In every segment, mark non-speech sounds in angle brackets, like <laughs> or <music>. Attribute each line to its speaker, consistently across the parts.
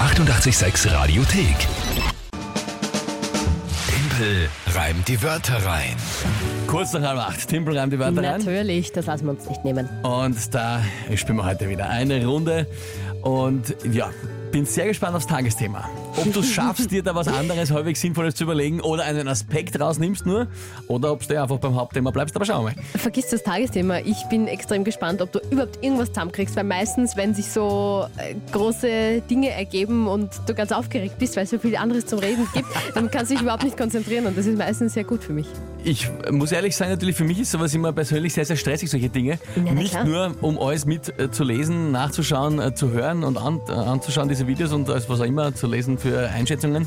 Speaker 1: 886 Radiothek. Tempel reimt die Wörter rein.
Speaker 2: Kurz nach halb acht. Timpel reimt die Wörter rein.
Speaker 3: Natürlich, das lassen wir uns nicht nehmen.
Speaker 2: Und da spielen wir heute wieder eine Runde. Und ja, bin sehr gespannt aufs Tagesthema. Ob
Speaker 3: <laughs>
Speaker 2: du es schaffst, dir da was anderes häufig Sinnvolles zu überlegen oder einen Aspekt rausnimmst nur oder ob du einfach beim Hauptthema bleibst. Aber schauen wir mal.
Speaker 3: Vergiss das Tagesthema. Ich bin extrem gespannt, ob du überhaupt irgendwas zusammenkriegst, weil meistens, wenn sich so äh, große Dinge ergeben und du ganz aufgeregt bist, weil es so viel anderes zum Reden <laughs> gibt, dann kannst du dich überhaupt nicht konzentrieren und das ist meistens sehr gut für mich.
Speaker 2: Ich muss ehrlich sein, natürlich für mich ist sowas immer persönlich sehr, sehr stressig, solche Dinge.
Speaker 3: na
Speaker 2: Nicht
Speaker 3: klar.
Speaker 2: nur, um alles mit äh, zu lesen, nachzuschauen, äh, zu hören und an, äh, anzuschauen, diese Videos und alles, was auch immer zu lesen für Einschätzungen.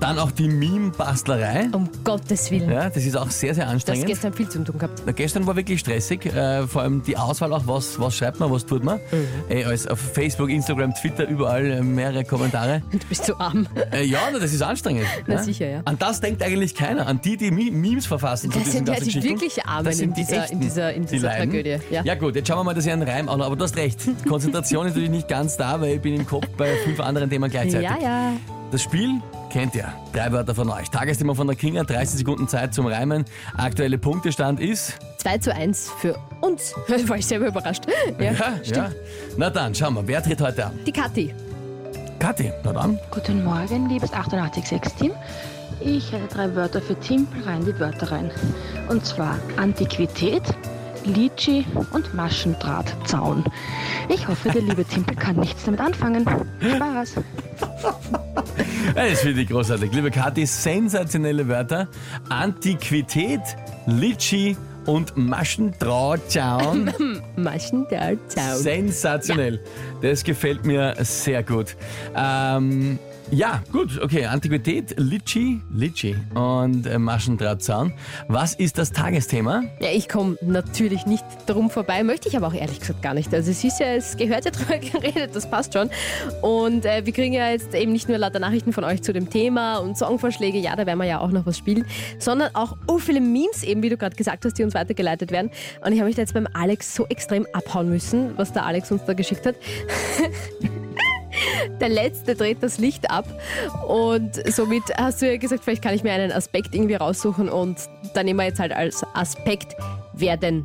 Speaker 2: Dann auch die Meme-Bastlerei.
Speaker 3: Um Gottes Willen.
Speaker 2: Ja, das ist auch sehr, sehr
Speaker 3: Du hast
Speaker 2: anstrengend.
Speaker 3: gestern viel zu tun gehabt. <laughs>
Speaker 2: Na, gestern war wirklich stressig, äh, vor allem die Auswahl auch, was, was schreibt man, was tut man.
Speaker 3: Mhm.
Speaker 2: Äh, als auf Facebook, Instagram, Twitter, überall äh, mehrere Kommentare.
Speaker 3: Du bist so arm.
Speaker 2: Äh, ja, na, das ist anstrengend.
Speaker 3: Na, sicher, ja.
Speaker 2: An das denkt eigentlich keiner, an die, die Mi- Memes verfassen. zu
Speaker 3: Das
Speaker 2: diesen
Speaker 3: sind ja
Speaker 2: ganzen
Speaker 3: die
Speaker 2: Geschichten.
Speaker 3: wirklich Armen
Speaker 2: das sind
Speaker 3: in
Speaker 2: die
Speaker 3: dieser- in
Speaker 2: Echten,
Speaker 3: dieser- in
Speaker 2: die
Speaker 3: dieser
Speaker 2: leiden.
Speaker 3: Tragödie, ja.
Speaker 2: ja gut, jetzt schauen wir mal, dass ich einen Reim auch noch, aber du hast
Speaker 3: <laughs>
Speaker 2: recht. Die Konzentration ist natürlich nicht ganz da, weil ich bin im Kopf bei fünf anderen Themen gleichzeitig.
Speaker 3: Ja, ja.
Speaker 2: Das Spiel kennt ihr. Drei Wörter von euch. Tagesthema von der Kinga, 30 Sekunden Zeit zum Reimen. Aktuelle Punktestand ist...
Speaker 3: 2 zu 1 für uns. <laughs> War ich selber überrascht. Ja, stimmt.
Speaker 2: Na dann, schauen wir, wer tritt heute an?
Speaker 3: Die Kathi.
Speaker 2: Kathi, na dann.
Speaker 4: Guten Morgen, liebes 886-Team. Ich hätte drei Wörter für Timpel rein, die Wörter rein. Und zwar Antiquität, Litschi und Maschendrahtzaun. Ich hoffe, der liebe Timpel kann nichts damit anfangen. Spaß!
Speaker 2: Ja, Das finde ich großartig. Liebe Kathi, sensationelle Wörter. Antiquität, Litschi und Maschendrahtzaun.
Speaker 3: <laughs> Maschen der Zaun.
Speaker 2: Sensationell. Das gefällt mir sehr gut. Ähm, ja, gut, okay. Antiquität, Litschi, Litschi und äh, Maschendrahtzaun. Was ist das Tagesthema?
Speaker 3: Ja, ich komme natürlich nicht drum vorbei, möchte ich aber auch ehrlich gesagt gar nicht. Also es ist ja, es gehört ja <laughs> drüber geredet, das passt schon. Und äh, wir kriegen ja jetzt eben nicht nur lauter Nachrichten von euch zu dem Thema und Songvorschläge, ja, da werden wir ja auch noch was spielen, sondern auch oh viele Memes eben, wie du gerade gesagt hast, die uns weitergeleitet werden. Und ich habe mich da jetzt beim Alex so extrem abhauen müssen, was der Alex uns da geschickt hat. Der letzte dreht das Licht ab und somit hast du ja gesagt, vielleicht kann ich mir einen Aspekt irgendwie raussuchen und dann nehmen wir jetzt halt als Aspekt, wer denn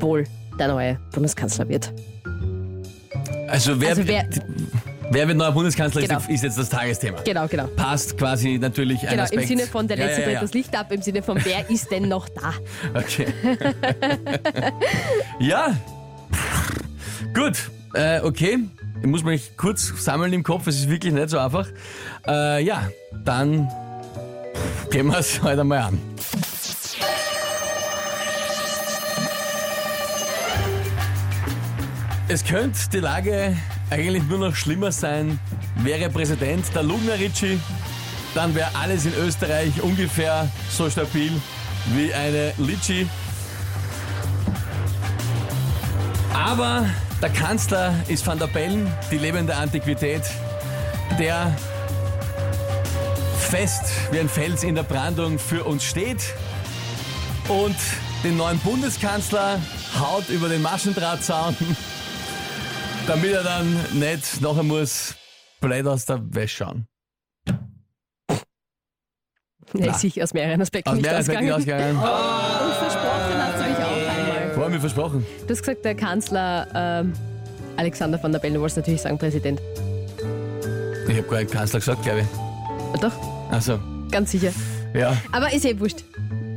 Speaker 3: wohl der neue Bundeskanzler wird.
Speaker 2: Also, wer,
Speaker 3: Also wer-
Speaker 2: wer wird neuer Bundeskanzler, ist-
Speaker 3: Genau.
Speaker 2: ist jetzt das Tagesthema.
Speaker 3: Genau, genau.
Speaker 2: Passt quasi natürlich ein
Speaker 3: Genau,
Speaker 2: Aspekt.
Speaker 3: im Sinne von der
Speaker 2: Ja,
Speaker 3: letzte
Speaker 2: ja, ja.
Speaker 3: dreht das Licht ab, im Sinne von wer ist denn noch da?
Speaker 2: <laughs> Okay. ja. Gut. Äh, okay. Ich muss mich kurz sammeln im Kopf. Es ist wirklich nicht so einfach. Äh, ja, dann gehen wir es heute mal an. Es könnte die Lage eigentlich nur noch schlimmer sein, wäre Präsident der Lugner Ricci dann wäre alles in Österreich ungefähr so stabil wie eine Litschi. Aber der Kanzler ist Van der Bellen, die lebende Antiquität, der fest wie ein Fels in der Brandung für uns steht. Und den neuen Bundeskanzler haut über den Maschendrahtzaun, <laughs> damit er dann nicht noch einmal muss blöd aus der Wäsche schauen.
Speaker 3: Nee, sich aus mehreren Aspekten
Speaker 2: Aus
Speaker 3: nicht
Speaker 2: mehreren Aspekten
Speaker 3: ausgegangen.
Speaker 2: ausgegangen.
Speaker 3: Und versprochen hast du mich auch einmal.
Speaker 2: Wo haben wir versprochen?
Speaker 3: Du hast gesagt, der Kanzler ähm, Alexander van der Bellen, du wolltest natürlich sagen Präsident.
Speaker 2: Ich habe gar nicht Kanzler gesagt, glaube ich.
Speaker 3: Doch,
Speaker 2: Also,
Speaker 3: ganz sicher.
Speaker 2: ja.
Speaker 3: Aber ist eh wurscht.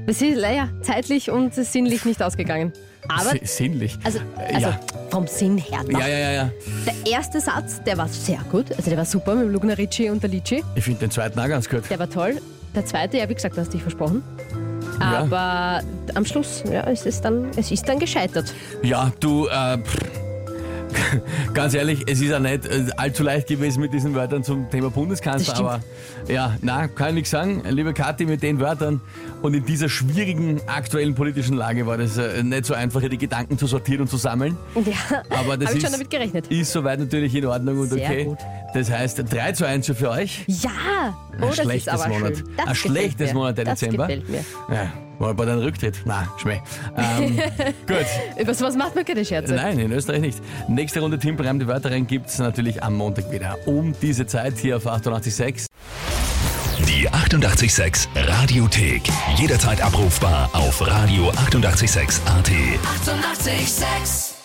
Speaker 3: Das ist leider zeitlich und sinnlich nicht ausgegangen. Aber,
Speaker 2: si- sinnlich.
Speaker 3: also,
Speaker 2: Äh,
Speaker 3: also
Speaker 2: ja.
Speaker 3: vom Sinn her. doch.
Speaker 2: ja, ja, ja, ja.
Speaker 3: Der erste Satz, der war sehr gut. Also, der war super mit dem Lugner Ricci und der Litschi.
Speaker 2: Ich finde den zweiten auch ganz gut.
Speaker 3: Der war toll. Der zweite, ja, wie gesagt, hast du dich versprochen.
Speaker 2: Ja.
Speaker 3: Aber am Schluss, ja, es ist dann, es ist dann gescheitert.
Speaker 2: Ja, du, äh, <laughs> pff, ganz ehrlich, es ist ja nicht äh, allzu leicht gewesen mit diesen Wörtern zum Thema Bundeskanzler,
Speaker 3: Das stimmt.
Speaker 2: aber ja, na, kann ich nichts sagen. Liebe Kathi, mit den Wörtern und in dieser schwierigen aktuellen politischen Lage war das äh, nicht so einfach, die Gedanken zu sortieren und zu sammeln.
Speaker 3: Ja,
Speaker 2: Aber Ah, das
Speaker 3: habe ich schon
Speaker 2: ist-
Speaker 3: damit gerechnet.
Speaker 2: Ist soweit natürlich in Ordnung und
Speaker 3: Sehr
Speaker 2: okay.
Speaker 3: gut.
Speaker 2: Das heißt, 3 zu 1 für euch.
Speaker 3: Ja, oh, das ist
Speaker 2: schlechtes
Speaker 3: aber
Speaker 2: Monat.
Speaker 3: schön.
Speaker 2: Ein
Speaker 3: gefällt
Speaker 2: schlechtes
Speaker 3: mir.
Speaker 2: Monat, der
Speaker 3: das
Speaker 2: Dezember.
Speaker 3: gefällt mir.
Speaker 2: Ja, War bei deinem Rücktritt. Na, Schmäh. Ähm, gut.
Speaker 3: Über sowas macht man keine Scherze.
Speaker 2: Nein, in Österreich nicht. Nächste Runde Tim Reim, die Wörter rein gibt's natürlich am Montag wieder. Um diese Zeit hier auf 886.
Speaker 1: Die 886 Radiothek. Jederzeit abrufbar auf radio886.at. 886! 886.
Speaker 5: 886